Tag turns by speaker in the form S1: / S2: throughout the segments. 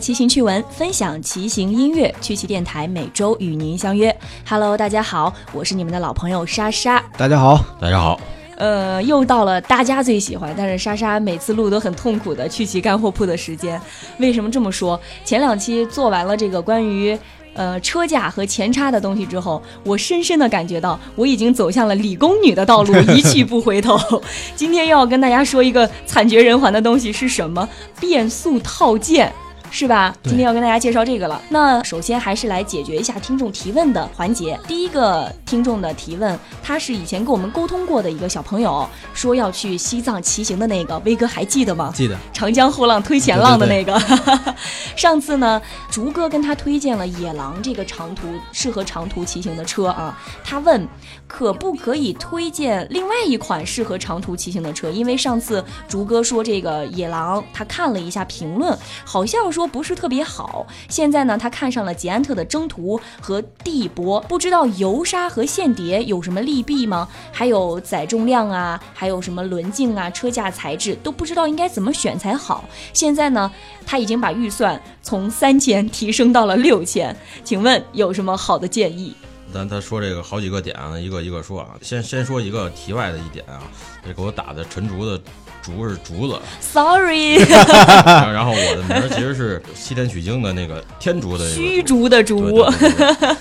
S1: 骑行趣闻，分享骑行音乐。趣骑电台每周与您相约。Hello，大家好，我是你们的老朋友莎莎。
S2: 大家好，
S3: 大家好，
S1: 呃，又到了大家最喜欢，但是莎莎每次录都很痛苦的去骑干货铺的时间。为什么这么说？前两期做完了这个关于。呃，车架和前叉的东西之后，我深深的感觉到我已经走向了理工女的道路，一去不回头。 今天要跟大家说一个惨绝人寰的东西是什么？变速套件。是吧？
S2: 对
S1: 今天要跟大家介绍这个了。那首先还是来解决一下听众提问的环节。第一个听众的提问，他是以前跟我们沟通过的一个小朋友，说要去西藏骑行的那个，威哥还记得吗？
S2: 记得
S1: 长江后浪推前浪的那个。 上次呢，竹哥跟他推荐了野狼这个长途适合长途骑行的车啊，他问可不可以推荐另外一款适合长途骑行的车？因为上次竹哥说这个野狼，他看了一下评论，好像说不是特别好。现在呢，他看上了捷安特的征途和帝博，不知道油砂和线碟有什么利弊吗？还有载重量啊，还有什么轮径啊、车架材质都不知道应该怎么选才好。现在呢，他已经把预算从三千提升到了六千，请问有什么好的建议？
S3: 咱他说这个好几个点，啊，一个一个说啊。先先说一个题外的一点啊，这给我打的陈竹的竹是竹子，
S1: Sorry，啊
S3: 然后然后我的名儿其实是西天取经的那个天竺的那个
S1: 虚竹的
S3: 对
S1: 竹嗯
S3: 对，对对对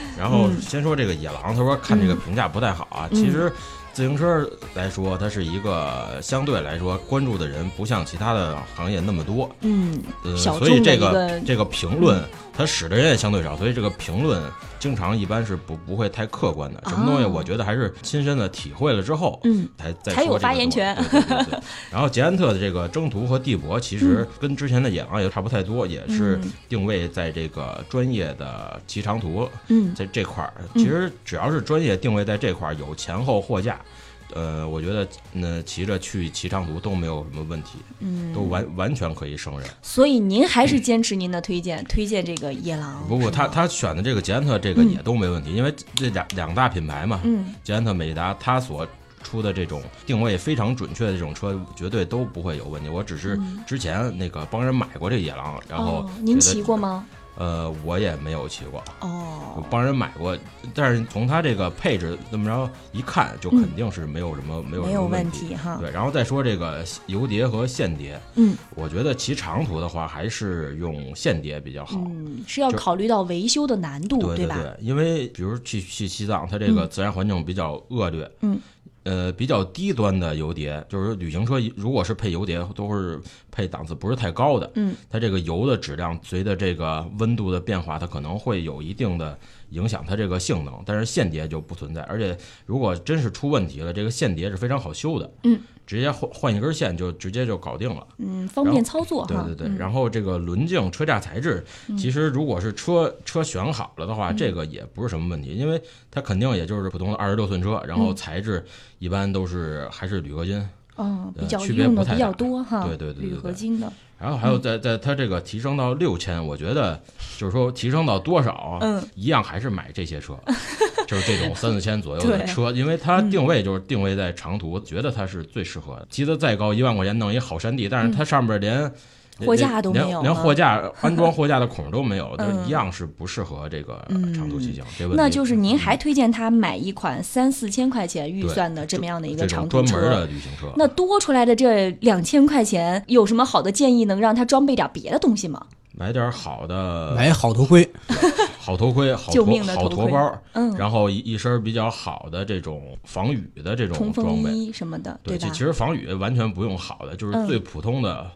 S3: 然后先说这个野狼，他说看这个评价不太好啊。其实自行车来说，它是一个相对来说关注的人不像其他的行业那么多，
S1: 嗯，
S3: 呃，
S1: 小
S3: 所以
S1: 众的
S3: 这
S1: 一
S3: 个
S1: 个嗯
S3: 这个评论，它使的人也相对少，所以这个评论经常一般是不不会太客观的。什么东西，
S1: 哦
S3: 我觉得还是亲身的体会了之后，
S1: 嗯，
S3: 才再
S1: 才有
S3: 说这个
S1: 发言
S3: 东西
S1: 权
S3: 对对对对然后捷安特的这个征途和帝博，其实跟之前的野狼也差不太多，也是
S1: 嗯
S3: 定位在这个专业的骑长途
S1: 嗯
S3: 在这块儿。其实只要是专业定位在这块儿，有前后货架。呃，我觉得，嗯，骑着去骑长途都没有什么问题，都
S1: 嗯，
S3: 完完全可以胜任。
S1: 所以您还是坚持您的推荐，推荐这个野狼。
S3: 不不，
S1: 是吗
S3: 他他选的这个捷安特这个
S1: 嗯
S3: 也都没问题，因为这两两大品牌嘛，
S1: 嗯
S3: 捷安特、美利达，它所出的这种定位非常准确的这种车，绝对都不会有问题。我只是之前那个帮人买过这野狼，然后、
S1: 嗯哦、您骑过？吗？
S3: 呃，我也没有骑过，我
S1: 哦，
S3: 帮人买过，但是从它这个配置那么着一看，就肯定是没有什么、没有
S1: 嗯没
S3: 什
S1: 有
S3: 么
S1: 问
S3: 题。
S1: 题哈。
S3: 对，然后再说这个油碟和线碟，
S1: 嗯
S3: 我觉得骑长途的话还是用线碟比较好。
S1: 嗯，是要
S3: 就
S1: 考虑到维修的难度，
S3: 对
S1: 吧？
S3: 因为比如去去西藏，它这个
S1: 嗯
S3: 自然环境比较恶劣，
S1: 嗯，
S3: 呃，比较低端的油碟，就是旅行车如果是配油碟，都是配档次不是太高的，
S1: 嗯，
S3: 它这个油的质量随着这个温度的变化，它可能会有一定的影响它这个性能，但是线碟就不存在，而且如果真是出问题了，这个线碟是非常好修的，
S1: 嗯，
S3: 直接换换一根线就直接就搞定了。
S1: 嗯，方便操作
S3: 对
S1: 哈。
S3: 对对，
S1: 嗯
S3: 然后这个轮径、车架材质，其实如果是车车选好了的话，
S1: 嗯
S3: 这个也不是什么问题，因为它肯定也就是普通的二十六寸车，然后材质一般都是还是铝合金，
S1: 嗯，比
S3: 呃
S1: 较
S3: 区别
S1: 用
S3: 不
S1: 的
S3: 太
S1: 比较
S3: 大
S1: 多哈，
S3: 对对对
S1: 铝
S3: 对
S1: 合
S3: 对
S1: 金的，
S3: 然后还
S1: 嗯
S3: 有在在它这个提升到六千，我觉得就是说提升到多少，啊
S1: 嗯，
S3: 一样还是买这些车，就是这种三四千左右的
S1: 对嗯
S3: 车，因为它定位就是定位在长途，觉得它是最适合的。骑得再高，一万块钱弄一好山地，但是它上边连。连
S1: 嗯货架都没有
S3: 连
S1: 了
S3: 连货 架安装货架的孔都没有，它
S1: 嗯
S3: 一样是不适合这个
S1: 嗯
S3: 长途骑行。这问题嗯
S1: 那就是您还推荐他买一款三四千块钱预
S3: 对
S1: 算的这么样的一个
S3: 这
S1: 长
S3: 种
S1: 途
S3: 专门
S1: 车。
S3: 的旅行车，
S1: 那多出来的这两千块钱，有什么好的建议能让他装备点别的东西吗？
S3: 买点好的
S2: 买好头盔，
S3: 好头盔、好
S1: 救
S3: 驮
S1: 命的
S3: 好
S1: 头
S3: 驮
S1: 盔
S3: 包，
S1: 嗯，
S3: 然后一一身比较好的这种防雨的这
S1: 冲
S3: 种装
S1: 锋
S3: 备。
S1: 衣什么的，
S3: 对，
S1: 吧
S3: 其其？实防雨完全不用好的，就
S1: 嗯
S3: 是最普通的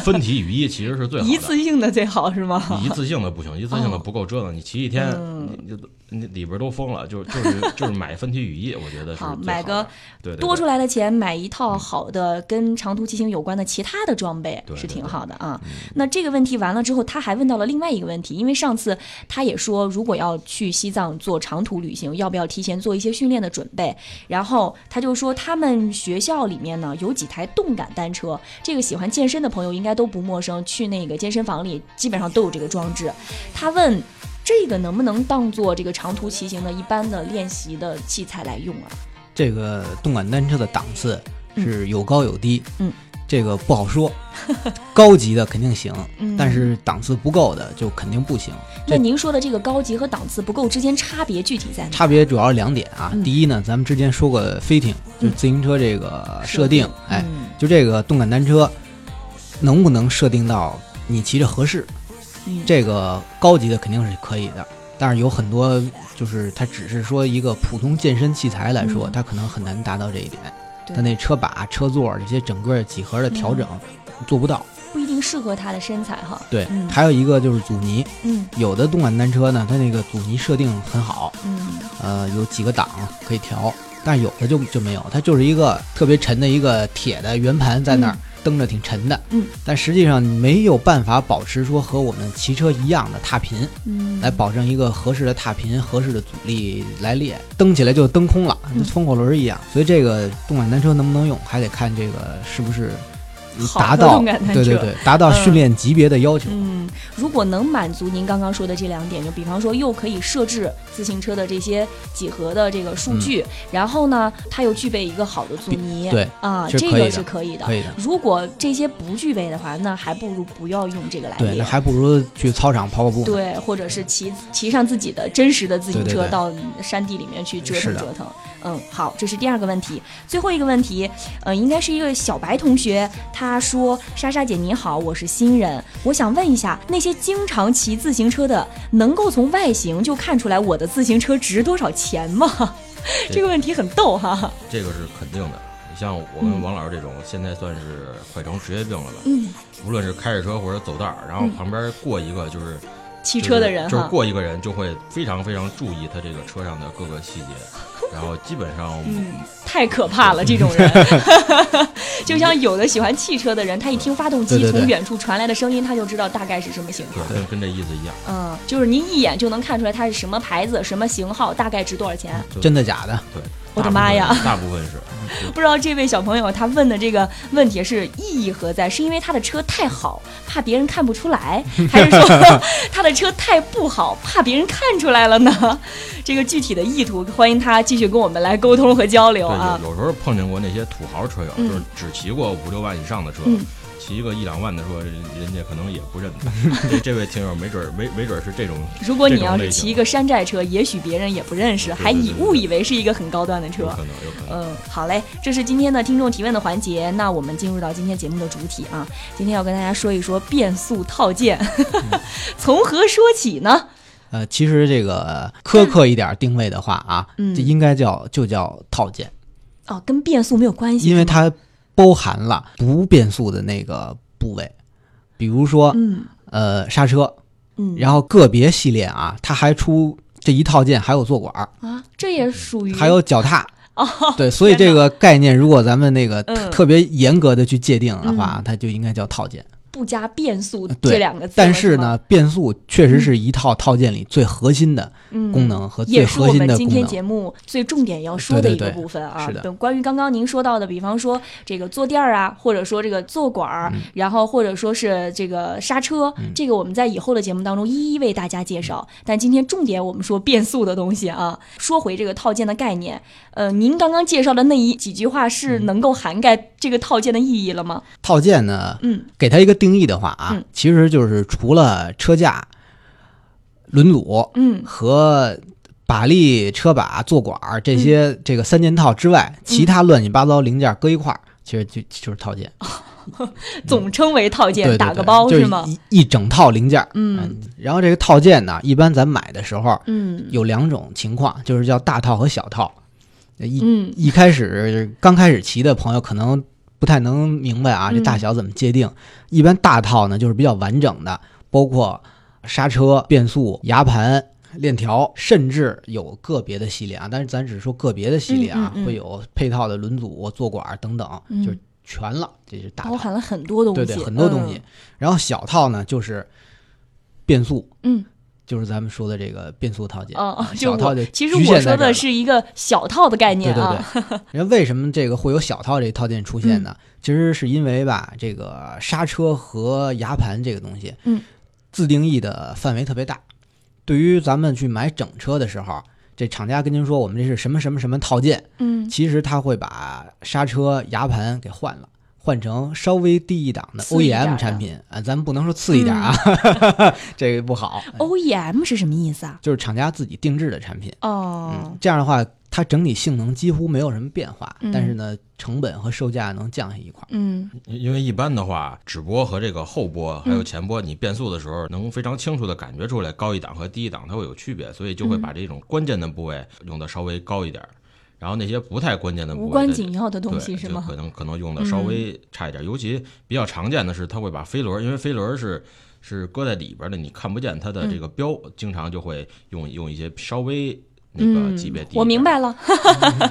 S3: 分体雨衣其实是最好
S1: 一
S3: 的。
S1: 次性的最好是吗？
S3: 一次性的不行，一次性的
S1: 哦
S3: 不够折腾，你骑一天，
S1: 嗯
S3: 你你你里边都疯了，就 就是就是买分体雨衣，我觉得是
S1: 好
S3: 最
S1: 买
S3: 的
S1: 个
S3: 对对对
S1: 多出来的钱买一套好的跟长途骑行有关的其他的装备
S3: 对对嗯
S1: 是挺好的啊。那这个问题完了之后，他还问到了另外一个问题，因为上次他也说，如果要去西藏做长途旅行，要不要提前做一些训练的准备？然后他就说，他们学校里面呢有几台动感单车，这个喜欢健身的朋友应该都不陌生，去那个健身房里基本上都有这个装置。他问。这个能不能当做这个长途骑行的一般的练习的器材来用啊？
S2: 这个动感单车的档次是有高有低。
S1: 嗯，
S2: 这个不好 说，高级的肯定行，
S1: 嗯
S2: 但是档次不够的就肯定不行。
S1: 那
S2: 这
S1: 您说的这个高级和档次不够之间差别具体在哪？
S2: 差别主要是两点啊
S1: 嗯，
S2: 第一呢，咱们之前说过 fitting，就是自行车这个设定，哎，
S1: 嗯
S2: 就这个动感单车能不能设定到你骑着合适？
S1: 嗯
S2: 这个高级的肯定是可以的，但是有很多就是它只是说一个普通健身器材来说，
S1: 嗯
S2: 它可能很难达到这一点。
S1: 对
S2: 它那车把、车座这些整个几何的调整做不到。
S1: 不一定适合他的身材哈。
S2: 对
S1: 嗯，
S2: 还有一个就是阻尼，
S1: 嗯
S2: 有的动感单车呢，它那个阻尼设定很好，
S1: 嗯
S2: 呃，有几个档可以调，但是有的就就没有，它就是一个特别沉的一个铁的圆盘在那儿
S1: 嗯
S2: 蹬着挺沉的，
S1: 嗯，
S2: 但实际上你没有办法保持说和我们骑车一样的踏频，
S1: 嗯，
S2: 来保证一个合适的踏频、合适的阻力来列，蹬起来就蹬空了，
S1: 嗯
S2: 就风火轮一样。所以这个动感单车能不能用，还得看这个是不是
S1: 好
S2: 达
S1: 的
S2: 到
S1: 动感单
S2: 对对
S1: 车
S2: 对达到训
S1: 嗯
S2: 练级别的要求。
S1: 嗯，如果能满足您刚刚说的这两点，就比方说又可以设置自行车的这些几何的这个
S2: 嗯
S1: 数据，然后呢，它又具备一个好的阻尼，
S2: 对
S1: 啊，
S2: 是
S1: 这
S2: 可以
S1: 个
S2: 的
S1: 是可以的。
S2: 可以的，
S1: 如果这些不具备的话，那还不如不要用这个来
S2: 对，那
S1: 练。
S2: 还不如去操场跑跑步呢。
S1: 对，或者是骑骑上自己的真实的自行
S2: 对对
S1: 车
S2: 对
S1: 到山地里面去折腾
S2: 是的
S1: 折腾。嗯，好，这是第二个问题。最后一个问题，呃，应该是一个小白同学，他说：“莎莎姐你好，我是新人，我想问一下，那些经常骑自行车的，能够从外形就看出来我的自行车值多少钱吗？” 这个问题很逗哈。
S3: 这个是肯定的。你像我
S1: 嗯
S3: 跟王老师这种，现在算是快成职业病了吧？
S1: 嗯，
S3: 无论是开着车或者走道儿，然后
S1: 嗯
S3: 旁边过一个就是
S1: 骑车的人
S3: 就是，就是
S1: 哈，
S3: 过一个人就会非常非常注意他这个车上的各个细 节，然后基本上
S1: 嗯，太可怕了，这种人。 就像有的喜欢汽车的人，他一听发动
S2: 对
S1: 机
S2: 对对
S1: 从远处传来的声音，他就知道大概是什么型号。
S3: 对跟跟这意思一样。
S1: 嗯，就是您一眼就能看出来它是什么牌子、什么型号，大概值多少钱。
S3: 就
S2: 真的假的？
S3: 对，
S1: 我的
S3: 大部分
S1: 妈呀！
S3: 大部分 是，
S1: 不知道这位小朋友他问的这个问题是意义何在？是因为他的车太好，怕别人看不出 来，还是说 他的车太不好，怕别人看出来了呢？这个具体的意图，欢迎他继续跟我们来沟通和交流
S3: 对，
S1: 啊。
S3: 有有时候碰见过那些土豪车友，
S1: 嗯
S3: 就是只骑过五六万以上的车
S1: 嗯，
S3: 骑一个一两万的车，人人家可能也不认得。 这这位听友没准儿没没准儿是这种，
S1: 如果你
S3: 这种
S1: 要是
S3: 类型
S1: 骑一个山寨车，也许别人也不认识，
S3: 对对
S1: 还以
S3: 对对
S1: 误
S3: 对
S1: 以为是一个很高端的车。
S3: 有可能有可能。
S1: 嗯，好嘞，这是今天的听众提问的环节。那我们进入到今天节目的主体啊，今天要跟大家说一说变速套件，
S3: 嗯
S1: 从何说起呢？
S2: 呃，其实这个苛刻一点定位的话啊，
S1: 嗯
S2: 这应该叫就叫套件，
S1: 哦，跟变速没有关系，
S2: 因为
S1: 是吗
S2: 它包含了不变速的那个部位，比如说
S1: 嗯
S2: 呃刹车，
S1: 嗯，
S2: 然后个别系列啊，它还出这一套件，还有坐管儿，
S1: 啊，这也属于
S2: 还有脚踏。
S1: 哦，
S2: 对，所以
S1: 天
S2: 这
S1: 哪
S2: 个概念，如果咱们那个
S1: 嗯
S2: 特特别严格的去界定的话，它就应该叫套件。
S1: 不加变速
S2: 对
S1: 这两个字，
S2: 但是
S1: 吗，
S2: 呢，变速确实是一套套件里最核心的
S1: 嗯，
S2: 功能和呃最
S1: 也是
S2: 核
S1: 我
S2: 心
S1: 们
S2: 的
S1: 今
S2: 功
S1: 天
S2: 能。
S1: 节目最重点要说的一个
S2: 对对对
S1: 部分啊。
S2: 是的
S1: 等关于刚刚您说到的，比方说这个坐垫儿啊，或者说这个坐管儿，
S2: 嗯
S1: 然后或者说是这个刹车，这个我们在以后的节目当中一一为大家介
S2: 嗯
S1: 绍。但今天重点我们说变速的东西啊。说回这个套件的概念，呃，您刚刚介绍的那一几句话是
S2: 嗯
S1: 能够涵盖这个套件的意义了吗？
S2: 套件呢，
S1: 嗯
S2: 给它一个定义的话啊，
S1: 嗯
S2: 其实就是除了车架、轮组
S1: 嗯
S2: 和把力、车把、坐管儿
S1: 嗯
S2: 这些、这个三件套之外，其他乱七八糟零件搁一块儿，其实就就是套件。
S1: 总称为套件，
S2: 对对
S1: 嗯
S2: 对
S1: 打个包
S2: 就是
S1: 吗？
S2: 一一整套零件儿。
S1: 嗯，
S2: 然后这个套件呢，一般咱买的时候
S1: 嗯
S2: 有两种情况，就是叫大套和小套。一、
S1: 嗯
S2: 一开始刚开始骑的朋友可能不太能明白啊，
S1: 嗯
S2: 这大小怎么界定？一般大套呢就是比较完整的，包括刹车、变速、牙盘。链条，甚至有个别的系列啊，但是咱只说个别的系列啊，
S1: 嗯嗯嗯
S2: 会有配套的轮组、坐管儿等等，
S1: 嗯
S2: 就是全了，这是大
S1: 包
S2: 套。
S1: 含了很多东西，嗯
S2: 对对，很多东西。然后小套呢，就是变速，
S1: 嗯。嗯
S2: 就是咱们说的这个变速套件。
S1: 哦，哦就
S2: 啊小套
S1: 我
S2: 就
S1: 其实
S2: 局
S1: 我
S2: 限
S1: 说
S2: 在这儿
S1: 的
S2: 了
S1: 是一个小套的概念
S2: 对对
S1: 啊， 嗯
S2: 对，人家为什么这个会有小套这套件出现呢？其实是因为吧，这个刹车和牙盘这个东西，
S1: 嗯，
S2: 自定义的范围特别大。对于咱们去买整车的时候，这厂家跟您说我们这是什么什么什么套件，
S1: 嗯
S2: 其实他会把刹车、牙盘给换了，换成稍微低一档的
S1: 次一点的嗯
S2: OEM 产品啊，咱不能说次一点啊， 这个不好，
S1: 哦 OEM E 是什么意思啊？
S2: 就是厂家自己定制的产品。嗯
S1: 哦，，
S2: 这样的话，它整体性能几乎没有什么变化，
S1: 嗯
S2: 但是呢，成本和售价能降下一块儿。
S1: 嗯
S3: 因因为一般的话，直播和这个后播还有前播，你变速的时候能非常清楚的感觉出来高一档和低一档它会有区别，所以
S1: 嗯
S3: 就会把这种关键的部位用的稍微高一点儿，然后那些不太关键的部位
S1: 无关
S3: 它
S1: 紧要的东
S3: 对，
S1: 西是
S3: 就
S1: 吗嗯
S3: 可？能可能用的稍微差一点，尤其比较常见的是，它会把飞轮，因为飞轮是是搁在里边的，你看不见它的
S1: 嗯
S3: 这个标，经常就会用用一些稍微那个级别低、。
S1: 嗯我明，白了，
S2: 嗯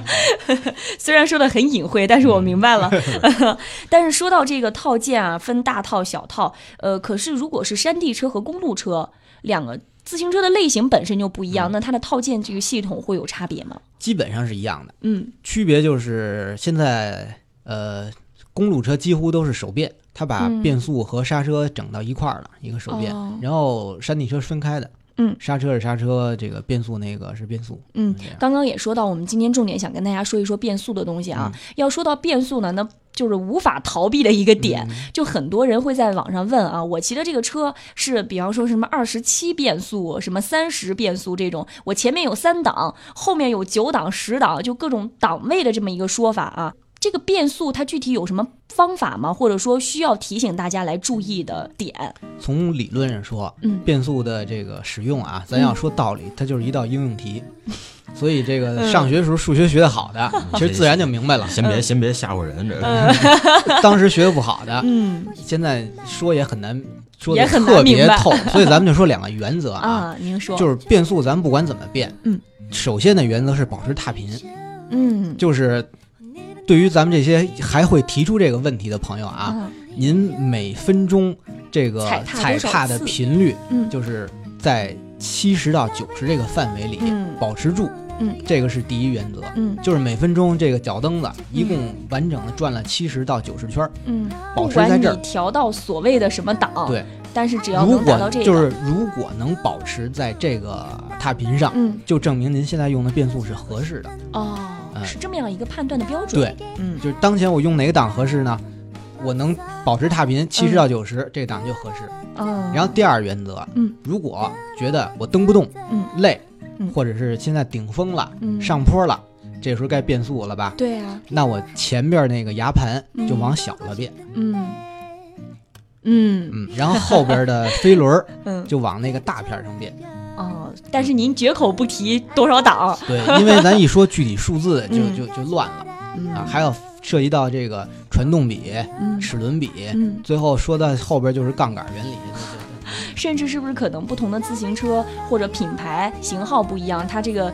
S1: 虽然说的很隐晦，但是我明白了。
S2: 嗯
S1: 但是说到这个套件啊，分大套、小套，呃，可是如果是山地车和公路车两个自行车的类型本身就不一
S2: 嗯
S1: 样，那它的套件这个系统会有差别吗？
S2: 基本上是一样的，
S1: 嗯
S2: 区别就是现在呃，公路车几乎都是手变，它把
S1: 嗯
S2: 变速和刹车整到一块儿了，一个手变，
S1: 哦
S2: 然后山地车是分开的。
S1: 嗯
S2: 刹车是刹车，这个变速那个是变速。
S1: 嗯
S2: 是这样，
S1: 刚刚也说到，我们今天重点想跟大家说一说变速的东西啊。要说到变速呢，那就是无法逃避的一个点。就很多人会在网上问啊，我骑的这个车是，比方说什么二十七变速、什么三十变速这种，我前面有三档，后面有九档、十档，就各种档位的这么一个说法啊。这个变速它具体有什么方法吗？或者说需要提醒大家来注意的点？
S2: 从理论上说，
S1: 嗯
S2: 变速的这个使用啊，咱要说道理，它就是一道应 用题。所以这
S1: 嗯
S2: 个上学时候数学学得好的，其实自然就明白了
S3: 先
S1: 呃
S3: 别先别吓唬人，这、
S2: 当时学得不好的，
S1: 嗯
S2: 现在说也很难说
S1: 也
S2: 的
S1: 很难
S2: 特
S1: 明
S2: 别
S1: 白
S2: 透，所以咱们就说两个原则啊，
S1: 啊，您说，
S2: 就是变速，咱们不管怎么变，
S1: 嗯，
S2: 首先的原则是保持踏频，
S1: 嗯
S2: 就是对于咱们这些还会提出这个问题的朋友啊，
S1: 啊，
S2: 您每分钟这个
S1: 踩踏
S2: 踩
S1: 多少
S2: 踏的
S1: 次
S2: 频率，
S1: 嗯
S2: 就是在七十到九十这个范围里
S1: 嗯
S2: 保持住，
S1: 嗯，
S2: 这个是第一原则。
S1: 嗯
S2: 就是每分钟这个脚蹬子一共完整的转了七十到九十圈儿，
S1: 嗯，
S2: 保
S1: 不
S2: 持在
S1: 管
S2: 这儿
S1: 你。调到所谓的什么档，
S2: 对，
S1: 但是只要
S2: 如
S1: 能达到
S2: 果
S1: 这个，
S2: 就是如果能保持在这个踏频上，
S1: 嗯
S2: 就证明您现在用的变速是合适的。
S1: 哦，
S2: 哎
S1: 是这么样一个判断的标准。
S2: 对，
S1: 嗯
S2: 就是当前我用哪个档合适呢？我能保持踏频七十到九十、这档就合适。
S1: 嗯，
S2: 然后第二原则，
S1: 嗯，
S2: 如果觉得我蹬不动，
S1: 嗯，
S2: 累，
S1: 嗯
S2: 或者是现在顶峰了，
S1: 嗯
S2: 上坡了，这时候该变速了吧？
S1: 对啊，
S2: 那我前边那个牙盘就往小了变，
S1: 嗯嗯
S2: 嗯，然后后边的飞轮儿
S1: 嗯
S2: 就往那个大片儿上变。
S1: 哦，但是您绝口不提多少档，
S2: 对，因为咱一说具体数字就
S1: 嗯
S2: 就就乱了
S1: 嗯
S2: 啊，还有涉及到这个传动比、
S1: 嗯
S2: 齿轮比，
S1: 嗯，
S2: 最后说到后边就是杠杆原理。
S1: 甚至是不是可能不同的自行车或者品牌型号不一样，它这个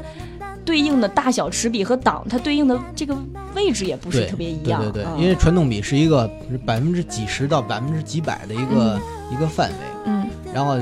S1: 对应的大小齿比和档，它对应的这个位置也不
S2: 对
S1: 是特别一
S2: 对
S1: 样。
S2: 对对，
S1: 嗯
S2: 因为传动比是一个百分之几十到百分之几百的一个、一个范围，
S1: 嗯
S2: 然后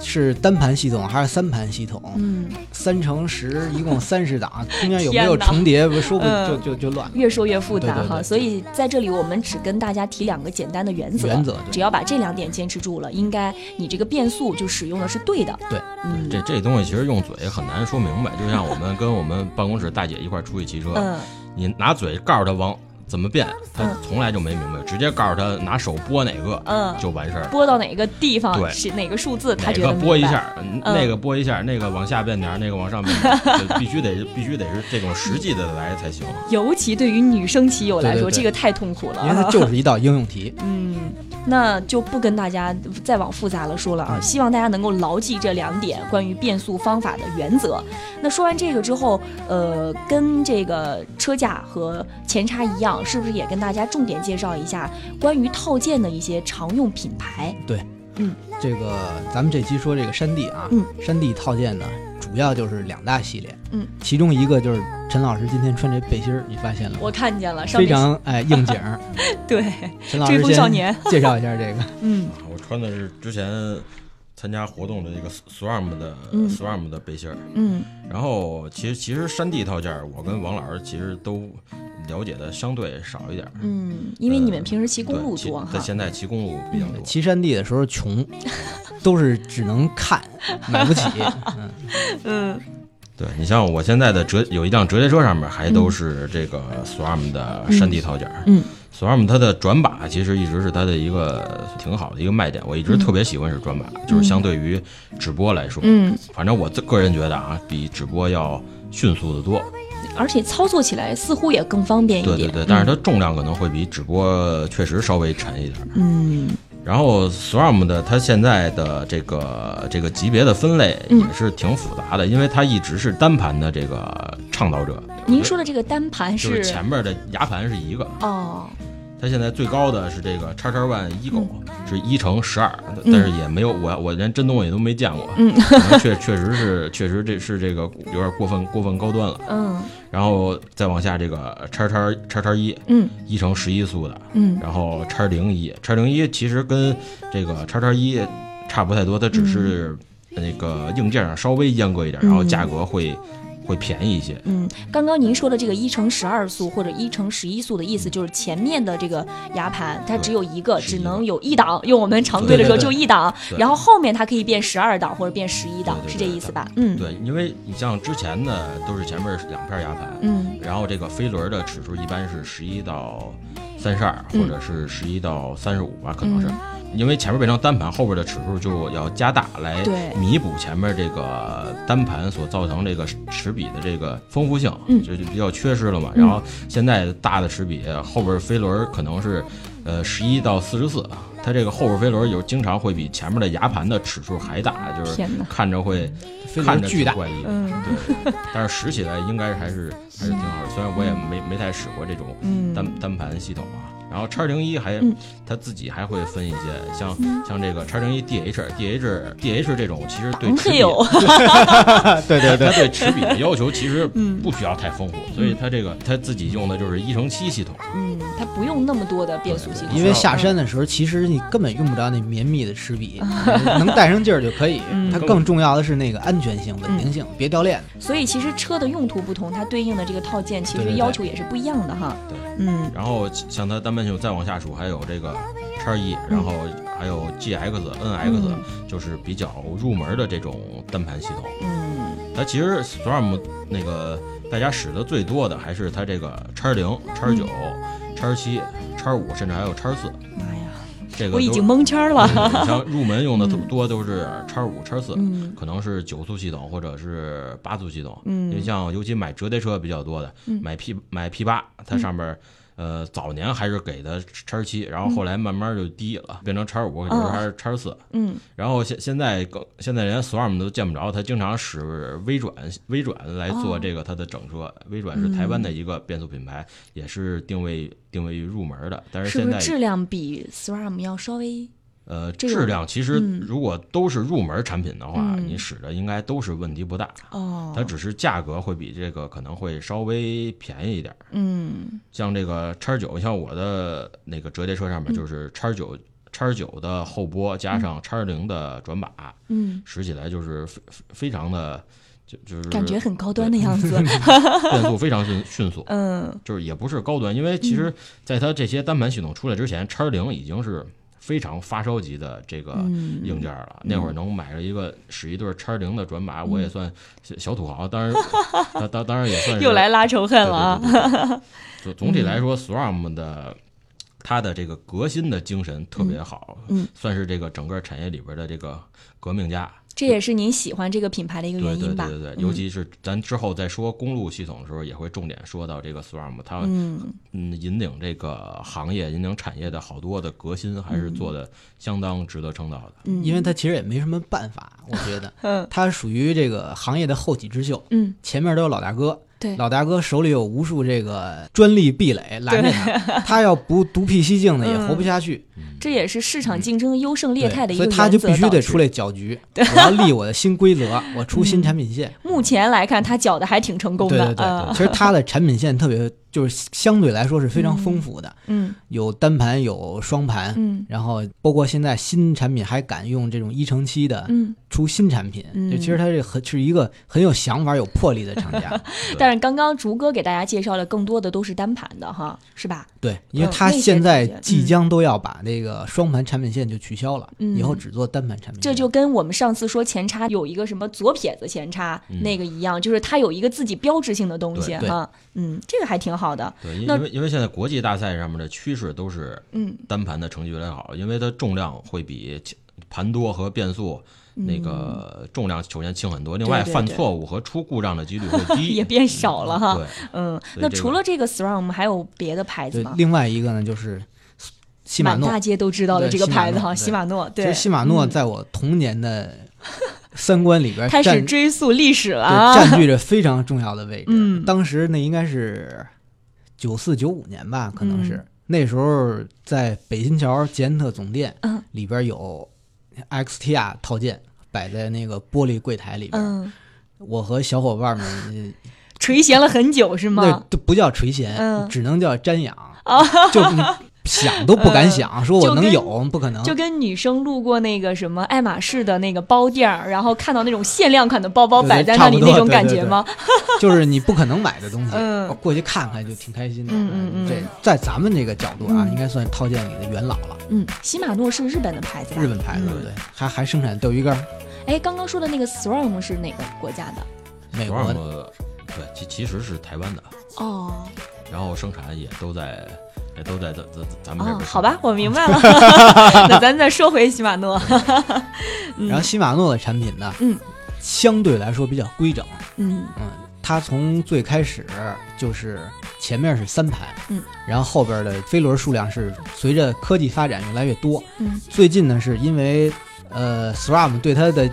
S2: 是单盘系统还是三盘系统，
S1: 嗯，
S2: 三乘十一共三十档，中间有没
S1: 天
S2: 有
S1: 哪
S2: 重叠，不说不
S1: 嗯
S2: 就就就乱。
S1: 越说越复杂
S2: 对对
S1: 哈，
S2: 对
S1: 所以在这里我们只跟大家提两个简单的原则，
S2: 原则对
S1: 只要把这两点坚持住了，应该你这个变速就使用的是对的。
S2: 对，
S1: 嗯，
S3: 这这东西其实用嘴很难说明白，就像我们跟我们办公室大姐一块儿出去骑车，
S1: 嗯
S3: 你拿嘴告诉她往怎么变，她
S1: 嗯
S3: 从来就没明白，直接告诉她拿手拨哪个
S1: 嗯，
S3: 就完事儿了。
S1: 拨到哪个地方
S3: 对
S1: 是哪个数字，他
S3: 哪
S1: 觉得
S3: 个
S1: 明白
S3: 拨一下，嗯
S1: 嗯
S3: 那个拨一下，那个往下变点儿，那个往上变点儿，就必须得必须得是这种实际的来才行。
S1: 尤其对于女生骑友来说，
S2: 对对对
S1: 这个太痛苦了。
S2: 因 为它就是一道应用题，
S1: 嗯，那就不跟大家再往复杂了说了
S3: 嗯
S1: 啊，希望大家能够牢记这两点关于变速方法的原则。那说完这个之后，呃，跟这个车架和前叉一样，是不是也跟大家重点介绍一下关于套件的一些常用品牌？
S2: 这个咱们这期说这个山地啊，
S1: 嗯
S2: 山地套件呢，主要就是两大系列，
S1: 嗯，
S2: 其中一个就是陈老师今天穿这背心儿，你发现了吗？
S1: 我看见了，上
S2: 非
S1: 面
S2: 常哎应景 儿。
S1: 对
S2: 陈老
S1: 追
S2: 师
S1: 风少
S2: 先
S1: 年，
S2: 介绍一下这个，
S1: 嗯
S3: 我穿的是之前参加活动的这个 SWAM 的
S1: 嗯
S3: SWAM 的背心儿，
S1: 嗯
S3: 然后其实其实山地套件儿，我跟王老师其实都了解的相对少一点儿，
S1: 嗯，因为你们平时骑公路多
S3: 对骑在
S1: 哈，嗯
S3: 现在骑公路比较多。
S2: 骑山地的时候 穷，都是只能看，买不起。嗯，
S1: 嗯
S3: 对你像我现在的折有一辆折叠车上面还都是这个 SWAM 的山地套件儿，
S1: 嗯，
S3: SRAM 它的转把其实一直是它的一个挺好的一个卖点，我一直特别喜欢是转把，就是相对于直播来说，
S1: 嗯，
S3: 反正我自个人觉得啊，比直播要迅速的多。
S1: 而且操作起来似乎也更方便一
S3: 对
S1: 点。
S3: 对对，但是它重量可能会比直播确实稍微沉一点。
S1: 嗯
S3: 然后 SRAM 的它现在的这个这个级别的分类也是挺复杂的，因为它一直是单盘的这个倡导者。
S1: 嗯，您说的这个单盘
S3: 就是是前面的牙盘是一个，
S1: 哦，
S3: 它现在最高的是这个叉叉 One 一狗，
S1: 嗯
S3: 是一乘十二，但是也没有我我连真东西都没见过，
S1: 嗯
S3: 可能确确实是确实这是这个有点过分过分高端了。
S1: 嗯
S3: 然后再往下这个叉叉叉叉一，
S1: 嗯
S3: 一乘十一速的，
S1: 嗯
S3: 然后叉零一，叉零一其实跟这个叉叉一差不太多，它只
S1: 嗯
S3: 是那个硬件上稍微阉割一点，然后价格会会便宜一些。
S1: 嗯，刚刚您说的这个一乘十二速或者一乘十一速的意思，就是前面的这个牙盘它只有一个，
S3: 是
S1: 只
S3: 一个
S1: 能有一档，用我们常规的说
S3: 对对对
S1: 就一档，
S3: 对
S1: 然后后面它可以变十二档或者变十一档，
S3: 对对对
S1: 是这意思吧？嗯
S3: 对，因为你像之前的都是前面两片牙盘，
S1: 嗯
S3: 然后这个飞轮的齿数一般是十一到三十二，
S1: 嗯
S3: 或者是十一到三十五吧，可能是。因为前面变成单盘，后边的齿数就要加大，来
S1: 对
S3: 弥补前面这个单盘所造成这个齿比的这个丰富性，
S1: 嗯
S3: 这就比较缺失了嘛。然后现在大的齿比后边飞轮可能是，呃，十一到四十四，它这个后边飞轮有经常会比前面的牙盘的齿数还大，就是
S1: 天哪
S3: 看着会
S2: 飞
S3: 看
S2: 轮
S3: 着
S2: 巨大
S3: 挺，怪异的，
S1: 嗯
S3: 对，但是使起来应该还是还是挺好的，虽然我也没没太使过这种单
S1: 嗯
S3: 单盘系统啊。然后叉零一还
S1: 嗯
S3: 它自己还会分一些，像像这个叉零一 DH DH DH 这种，其实对
S1: 嗯嘿
S3: 齿比
S1: 哟，
S2: 对 对
S3: 它
S2: 对，
S3: 对齿比的要求其实
S1: 嗯
S3: 不需要太丰富，所以它这个它自己用的就是一乘七系统，
S1: 嗯，它不用那么多的变速系统，
S2: 因为下山的时候，其实你根本用不着那绵密的 齿比，能带上劲儿就可以。
S1: 嗯
S2: 它更重要的是那个安全性、稳定性，别掉链子。
S1: 所以其实车的用途不同，它对应的这个套件其
S2: 对
S1: 实
S2: 对对
S1: 要求也是不一样的哈。
S3: 对
S1: 嗯
S3: 然后像它单半球再往下数，还有这个叉一，然后还有 GX、NX，、就是比较入门的这种单盘系统。
S1: 嗯
S3: 它其实 SRAM 那个大家使的最多的还是它这个叉零、叉九、叉七、叉五，甚至还有叉四。
S1: 嗯妈呀，
S3: 这个
S1: 我已
S3: 都
S1: 经蒙圈了。
S3: 嗯像入门用的多都是叉五、叉四，
S1: 嗯
S3: 可能是九速系统或者是八速系统。因为
S1: 嗯
S3: 像尤其买折叠车比较多的，买 P 买 P 八，它
S1: 嗯
S3: 上面儿。呃，早年还是给的叉七，然后后来慢慢就低了，变成叉五，有时候还是叉四。
S1: 哦嗯
S3: 然后现现在更现在连 SRAM 都见不着，它经常使微转微转来
S1: 哦
S3: 做这个它的整车。微转是台湾
S1: 嗯
S3: 的一个变速品牌，也是定位定位于入门的，但是
S1: 是
S3: 现
S1: 不
S3: 在
S1: 是质量比 SRAM 要稍微？
S3: 呃，
S1: 这种
S3: 质量其实如果都是入门产品的话，
S1: 嗯
S3: 你使的应该都是问题不大，
S1: 哦，
S3: 它只是价格会比这个可能会稍微便宜一点儿。
S1: 嗯
S3: 像这个叉九，像我的那个折叠车
S1: 嗯
S3: 上面就是叉九叉九的后拨加上叉零的转把，
S1: 嗯，
S3: 使起来就是非非非常的就就是
S1: 感觉很高端的样 子。
S3: 变速非常迅迅速，
S1: 嗯
S3: 就是也不是高端，因为其实在它这些单盘系统出来之前，叉零已经是非常发烧级的这个
S1: 嗯
S3: 硬件了。那会儿能买了一个使一对叉零的转把，
S1: 嗯
S3: 我也算小小土豪，当然当当当然也算 是
S1: 又来拉仇恨了啊！嗯
S3: 对对 对对对总总体来说，SRAM 的它的这个革新的精神特别好，
S1: 嗯嗯
S3: 算是这个整个产业里边的这个革命家。
S1: 这也是您喜欢这个品牌的一个
S3: 对
S1: 原
S3: 对
S1: 因吧？嗯
S3: 对对对，尤其是咱之后在说公路系统的时候，也会重点说到这个 SRAM，它
S1: 嗯
S3: 嗯引领这个行业、引领产业的好多的革新，还是做的相当值得称道的。
S1: 嗯，
S2: 因为它其实也没什么办法，我觉得
S1: 嗯，
S2: 它属于这个行业的后起之秀，
S1: 嗯
S2: 前面都有老大哥，
S1: 对
S2: 老大哥手里有无数这个专利壁垒拦着他，他要不独辟蹊径的也活不下去，
S1: 这也是市场竞争优胜劣嗯
S2: 嗯对，
S1: 汰的一个
S2: 所以
S1: 原则
S2: 他就必须
S1: 导
S2: 得
S1: 致
S2: 出来搅 局，我要立我的新规则，我出新产品线。
S1: 目前来看，他搅的还挺成功
S2: 对
S1: 的
S2: 对对，
S1: 啊。
S2: 其实它的产品线特别，就是相对来说是非常丰富的，
S1: 嗯
S2: 有单盘，有双盘，
S1: 嗯
S2: 然后包括现在新产品还敢用这种一乘七的
S1: 嗯。
S2: 出新产品，
S1: 嗯
S2: 就其实它这很是一个很有想法、有魄力的 厂家。
S1: 但是刚刚竹哥给大家介绍的更多的都是单盘的哈，是吧？
S2: 对，因为
S1: 嗯
S2: 它
S1: 那些
S2: 现在
S1: 产品
S2: 即将都要把那个双盘产品线就取消了，
S1: 嗯
S2: 以后只做单盘产品线。
S1: 这就跟我们上次说前叉有一个什么左撇子前叉、
S3: 嗯
S1: 那个一样，就是它有一个自己标志性的东西
S3: 对
S2: 对
S1: 哈。嗯，这个还挺好的。
S3: 对，因
S1: 那
S3: 因为因为现在国际大赛上面的趋势都是
S1: 嗯，
S3: 单盘的成绩越来越好，因为它重量会比轻盘多和变速那个重量首先轻很多，另外
S1: 嗯对对
S3: 犯
S1: 对
S3: 错误和出故障的几率会低，
S1: 也变少了哈。
S3: 对，
S1: 嗯，
S3: 所以
S1: 那
S3: 这
S1: 除
S3: 个
S1: 了这个 SRAM，还有别的牌子
S2: 对
S1: 吗，？
S2: 另外一个呢就是西马
S1: 满
S2: 诺
S1: 大，街都知道的
S2: 对
S1: 这个
S2: 西马
S1: 牌子
S2: 诺
S1: 哈，
S2: 对
S1: 西马诺，
S2: 其
S1: 对嗯
S2: 实，西马诺在我童年的三观里 边
S1: 开始
S2: 占
S1: 追溯历史了
S2: 对，
S1: 啊。
S2: 占据着非常重要的位置。
S1: 嗯
S2: 当时那应该是九四九五年吧，可能是、
S1: 嗯
S2: 那时候在北新桥捷安特总店
S1: 嗯
S2: 里边有 XTR 套件摆在那个玻璃柜台里边，
S1: 嗯，
S2: 我和小伙伴们
S1: 垂涎了很久是
S2: 那
S1: 吗？
S2: 都不叫垂涎，
S1: 嗯哦
S2: 只能叫瞻仰，就你想都不敢想，说我能有不可能。
S1: 嗯就跟女生路过那个什么爱马仕的那个包店儿，然后看到那种限量款的包包
S2: 对
S1: 摆在
S2: 差
S1: 那里
S2: 不多
S1: 那种
S2: 对
S1: 感
S2: 对
S1: 觉
S2: 对
S1: 吗？
S2: 就是你不可能买的东西，
S1: 嗯
S2: 过去看看就挺开心的。
S1: 嗯嗯嗯
S2: 这在咱们这个角度啊，
S1: 嗯
S2: 应该算套件里的元老了，
S1: 嗯，喜马诺是日本的牌子吧？
S2: 日本牌子
S1: 嗯
S2: 对，还还生产钓鱼竿，
S1: 哎，刚刚说的那个 SRAM 是哪个国家的？
S2: 美
S3: 多
S2: 国
S3: 少
S2: 的。
S3: 个？哎对，其其实是台湾的，
S1: 哦，
S3: 然后生产也都在，也都在咱咱咱们这
S1: 哦
S3: 边。，
S1: 好吧，，我明 白了。那咱再说回喜马诺，嗯
S2: 然后西马诺的产品呢，
S1: 嗯，
S2: 相对来说比较规整，
S1: 嗯
S2: 嗯，它从最开始就是前面是三排，
S1: 嗯，
S2: 然后后边的飞轮数量是随着科技发展越来越多，
S1: 嗯，
S2: 最近呢是因为呃 SRAM 对它的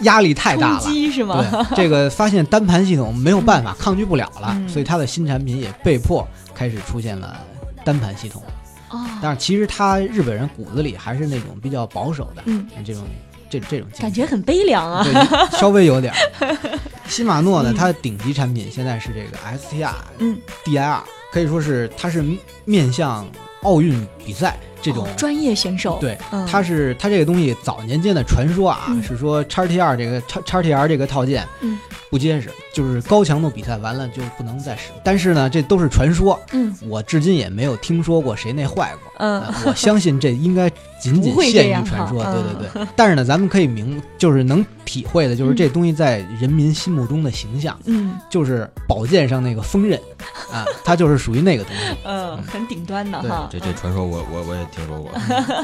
S2: 压力太
S1: 冲
S2: 大了，
S1: 击是吗？
S2: 对，这个发现单盘系统没有办法抗拒不了了，
S1: 嗯
S2: 所以它的新产品也被迫开始出现了单盘系统。
S1: 哦，
S2: 但是其实它日本人骨子里还是那种比较保守的，
S1: 嗯，
S2: 这种这这种
S1: 感觉很悲凉啊。
S2: 对，稍微有点儿。西马诺呢，它的顶级产品现在是这个 STR
S1: 嗯，
S2: DIR，可以说是它是面向奥运比赛这种
S1: 哦专业选手，
S2: 对，
S1: 嗯
S2: 它是它这个东西早年间的传说啊，
S1: 嗯
S2: 是说 x T R 这个 x x T R 这个套件，
S1: 嗯，
S2: 不结实，就是高强度比赛完了就不能再使。但是呢，这都是传说，
S1: 嗯
S2: 我至今也没有听说过谁那坏过。
S1: 嗯
S2: 呃我相信这应该仅仅
S1: 不会这
S2: 限
S1: 样
S2: 于传说，
S1: 哈
S2: 对
S1: 嗯
S2: 对对。但是呢，咱们可以明，就是能体会的，就是
S1: 嗯
S2: 这东西在人民心目中的形象，
S1: 嗯
S2: 就是宝剑上那个锋刃，啊，它就是属于那 个东西。
S1: 嗯，很顶端的
S2: 对
S1: 哈。
S3: 这这
S1: 嗯
S3: 传说我我我也听说过，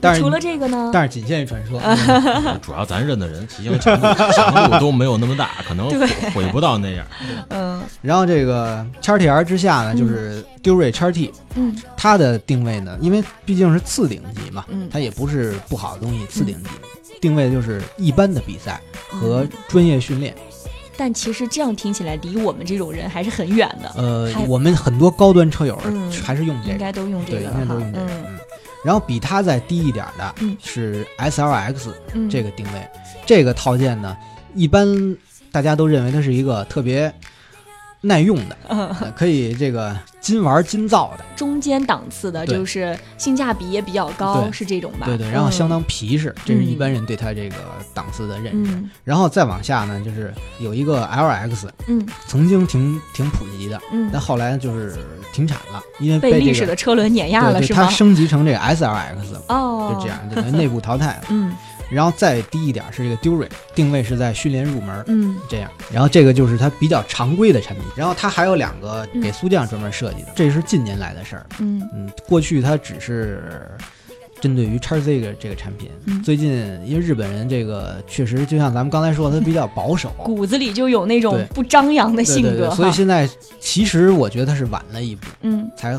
S2: 但是
S1: 除了这嗯个呢？
S2: 但是仅限于传说，嗯
S3: 主要咱认的人骑行强度强度都没有那么大，可能
S1: 对
S3: 毁不到那样。
S1: 嗯
S2: 然后这个 XTR 之下呢，
S1: 嗯
S2: 就是 Duray XT，
S1: 嗯
S2: 它的定位呢，因为毕竟是次顶级嘛，
S1: 嗯
S2: 它也不是不好的东西，次顶级定位的就是一般的比赛和
S1: 嗯
S2: 专业训练。
S1: 但其实这样听起来离我们这种人还是很远的，
S2: 呃
S1: 还，
S2: 我们很多高端车友
S1: 嗯
S2: 还是用这
S1: 应
S2: 个，
S1: 该都用这
S2: 对，
S1: 个
S2: 应
S1: 了
S2: 该
S1: 哈
S2: 都用。这个。
S1: 嗯
S2: 嗯，然后比它再低一点的
S1: 嗯
S2: 是 SLX
S1: 嗯，
S2: 这个定位，这个套件呢，一般大家都认为它是一个特别耐用的，
S1: 嗯
S2: 呃可以这个金玩金造的。
S1: 中间档次的，
S2: 对
S1: 就是性价比也比较高，
S2: 对
S1: 是这种吧？
S2: 对对，然后相当皮实，这是一
S1: 嗯
S2: 般人对它这个档次的认识。
S1: 嗯
S2: 然后再往下呢，就是有一个 LX，
S1: 嗯
S2: 曾经挺挺普及的，
S1: 嗯嗯，
S2: 但后来就是停产了，因为
S1: 被历
S2: 这
S1: 史
S2: 个
S1: 的车轮碾压
S2: 对
S1: 了
S2: 对，
S1: 是
S2: 它
S1: 吗？
S2: 升级成这个 SLX，了
S1: 哦，
S2: 就这。样，就等于内部淘汰了。
S1: 嗯
S2: 然后再低一点是这个 Dury，定位是在训练入门。
S1: 嗯
S2: 这样，然后这个就是它比较常规的产品，然后它还有两个给
S1: 嗯
S2: 苏酱专门设计的，这是近年来的事儿，
S1: 嗯
S2: 嗯，过去它只是针对于 x Z 这个这个产品，
S1: 嗯
S2: 最近因为日本人这个确实就像咱们刚才说的，他比较保 守，
S1: 骨子里就有那种
S2: 对
S1: 不张扬的
S2: 对
S1: 性
S2: 对
S1: 格
S2: 对，
S1: 哈。
S2: 所以现在其实我觉得他是晚了一步，
S1: 嗯
S2: 才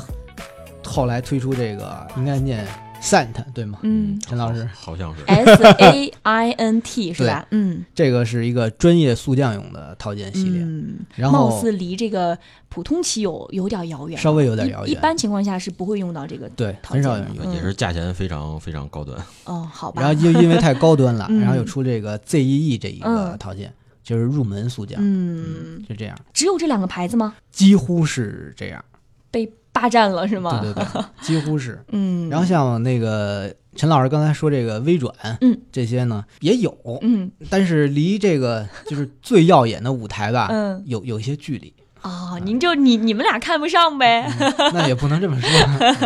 S2: 后来推出这个应该念 Saint 对吗？
S1: 嗯
S2: 陈老师
S3: 好好像是，
S1: ，S A I N T 是吧？嗯，
S2: 这个是一个专业速降用的套件系列，
S1: 嗯，
S2: 然
S1: 貌
S2: 后
S1: 似离这个普通骑友有点遥远，
S2: 稍微有点
S1: 一
S2: 遥
S1: 一
S2: 远，
S1: 般情况下是不会用到这个。
S2: 对，
S1: 套
S2: 很
S1: 件
S2: 少有
S1: 嘛
S2: 人用。
S1: 嗯
S3: 也是价钱非常非常高端。
S1: 哦，好吧。，
S2: 然后就因为太高端了
S1: 嗯
S2: 然后又出这个 ZEE 这一个
S1: 嗯
S2: 套件，就是入门速降，
S1: 嗯，
S2: 就这样，
S1: 只有这两个牌子吗？
S2: 几乎是这样，
S1: 被霸占了是吗？
S2: 对对 对，几乎是。
S1: 嗯，
S2: 然后像那个陈老师刚才说这个微转，
S1: 嗯，
S2: 这些呢也有，
S1: 嗯
S2: 但是离这个就是最耀眼的舞台吧，
S1: 嗯
S2: 有有一些距离，
S1: 哦，您就你你们俩看不上呗。
S2: 那也不能这么说。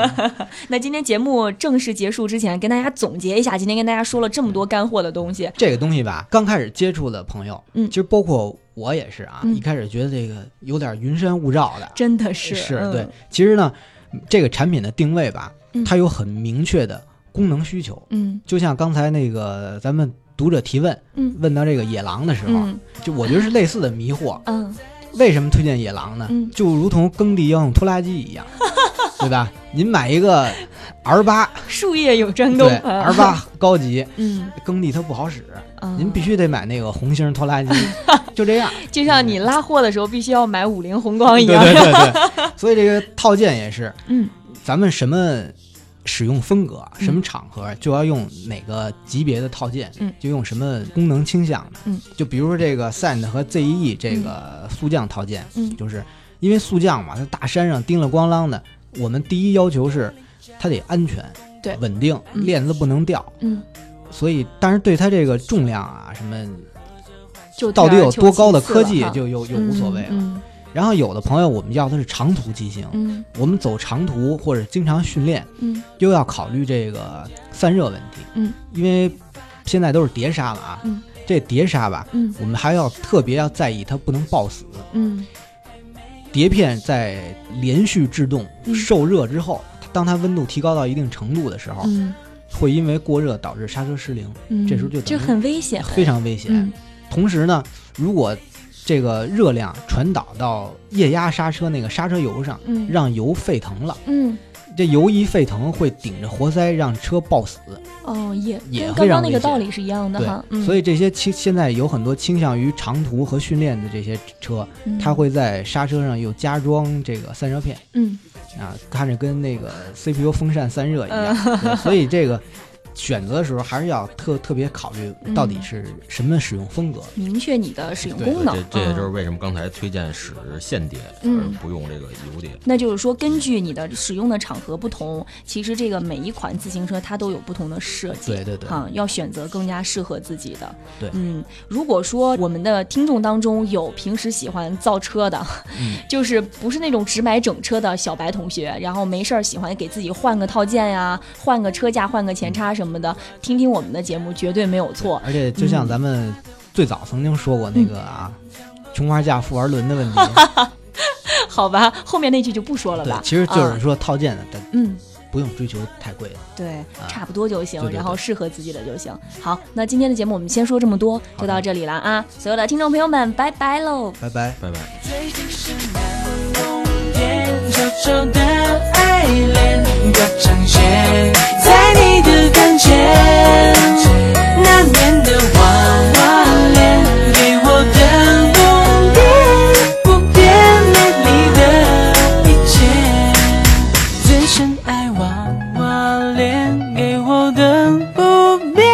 S1: 那今天节目正式结束之前，跟大家总结一下，今天跟大家说了这么多干货的东西。
S2: 这个东西吧，刚开始接触的朋友，
S1: 嗯
S2: 其实包括我也是啊，
S1: 嗯
S2: 一开始觉得这个有点云山雾罩的，
S1: 真的是
S2: 是
S1: 嗯
S2: 对。其实呢，这个产品的定位吧
S1: 嗯，
S2: 它有很明确的功能需求。
S1: 嗯
S2: 就像刚才那个咱们读者提问，
S1: 嗯
S2: 问到这个野狼的时候，
S1: 嗯
S2: 就我觉得是类似的迷惑。
S1: 嗯
S2: 为什么推荐野狼呢？
S1: 嗯
S2: 就如同耕地要用拖拉机一样， 对吧？您买一个 R 八，
S1: 术业有专攻
S2: 对
S1: 啊
S2: R 八高级，
S1: 嗯
S2: 耕地它不好使，
S1: 嗯
S2: 您必须得买那个红星拖拉机，就这样。
S1: 就像你拉货的时候必须要买五菱宏光
S2: 对
S1: 一样
S2: 对对对， 所以这个套件也是，
S1: 啊嗯
S2: 咱们什么使用风格、啊
S1: 嗯
S2: 什么场合就要用哪个级别的套件，
S1: 嗯
S2: 就用什么功能倾向的。
S1: 嗯，
S2: 就比如说这个 Sand 和 ZE 这个速降套件，
S1: 嗯
S2: 就是因为速降嘛，它大山上叮了咣啷的，我们第一要求是它得安全。
S1: 对
S2: 稳定，
S1: 嗯
S2: 链子不能掉，
S1: 嗯，
S2: 所以但是对它这个重量啊，什么
S1: 就
S2: 到底
S1: 退而
S2: 有
S1: 求
S2: 多
S1: 其
S2: 高的
S1: 次
S2: 科
S1: 了
S2: 技
S1: 哈
S2: 就又又无所谓了。
S1: 嗯
S2: 然后有的朋友我们要的是长途骑行，
S1: 嗯
S2: 我们走长途或者经常训练，
S1: 嗯
S2: 又要考虑这个散热问题。
S1: 嗯，
S2: 因为现在都是碟刹了啊，
S1: 嗯
S2: 这碟刹吧，
S1: 嗯
S2: 我们还要特别要在意它不能抱死。
S1: 嗯
S2: 碟片在连续制动、
S1: 嗯
S2: 受热之后，当它温度提高到一定程度的时候，
S1: 嗯
S2: 会因为过热导致刹车失灵，
S1: 嗯，
S2: 这时候就等
S1: 这
S2: 于
S1: 很危险，
S2: 非常危险。
S1: 嗯
S2: 同时呢，如果这个热量传导到液压刹车那个刹车油上，
S1: 嗯
S2: 让油沸腾了。
S1: 嗯
S2: 这油一沸腾会顶着活塞让车抱死，
S1: 哦也
S2: 也
S1: 跟刚刚
S2: 非常
S1: 那
S2: 危
S1: 个道
S2: 险
S1: 理是一样的哈，嗯
S2: 对，所以这些倾现在有很多倾向于长途和训练的这些车，
S1: 以
S2: 它会在刹车上又加装这个散热片
S1: 嗯
S2: 啊，看着跟那个 CPU 风扇散热一样，
S1: 嗯
S2: 对所以这个选择的时候还是要特特别考虑
S1: 嗯
S2: 到底是什么使用风格。
S1: 明确你的使用
S2: 对
S1: 功能
S3: 这，这也
S1: 嗯
S3: 就是为什么刚才推荐使线碟，
S1: 嗯
S3: 而不用这个油碟。
S1: 那就是说，根据你的使用的场合不同，其实这个每一款自行车它都有不同的设计。
S2: 对对对
S1: 啊，要选择更加适合自己的。
S2: 对
S1: 嗯，如果说我们的听众当中有平时喜欢造车的，
S2: 嗯
S1: 就是不是那种只买整车的小白同学，然后没事儿喜欢给自己换个套件呀、换个车架、换个前叉什么的，听听我们的节目绝对没有错。
S2: 而且就
S1: 嗯
S2: 像咱们最早曾经说过那个啊，穷花架富而轮的问 题，
S1: 好吧，后面那句就不说了
S2: 对
S1: 吧。，
S2: 其实就是
S1: 啊、
S2: 说套件的，但
S1: 嗯。
S2: 不用追求太贵了。
S1: 对，
S2: 啊
S1: 差不多就行，
S2: 对对对
S1: 然后适合自己的就行。好，那今天的节目我们先说这么多，就
S2: 好的
S1: 到这里了啊！所有的听众朋友们，拜拜喽！
S2: 拜拜。
S3: 拜拜。
S4: 最近是难容颜，褶皱的爱恋的彰显，在你的跟前，难免的娃娃脸，给我的梦变不变美丽的一切。最深爱娃娃脸，给我的不变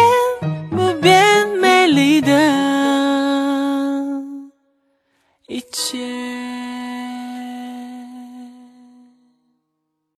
S4: 不变美丽的一切。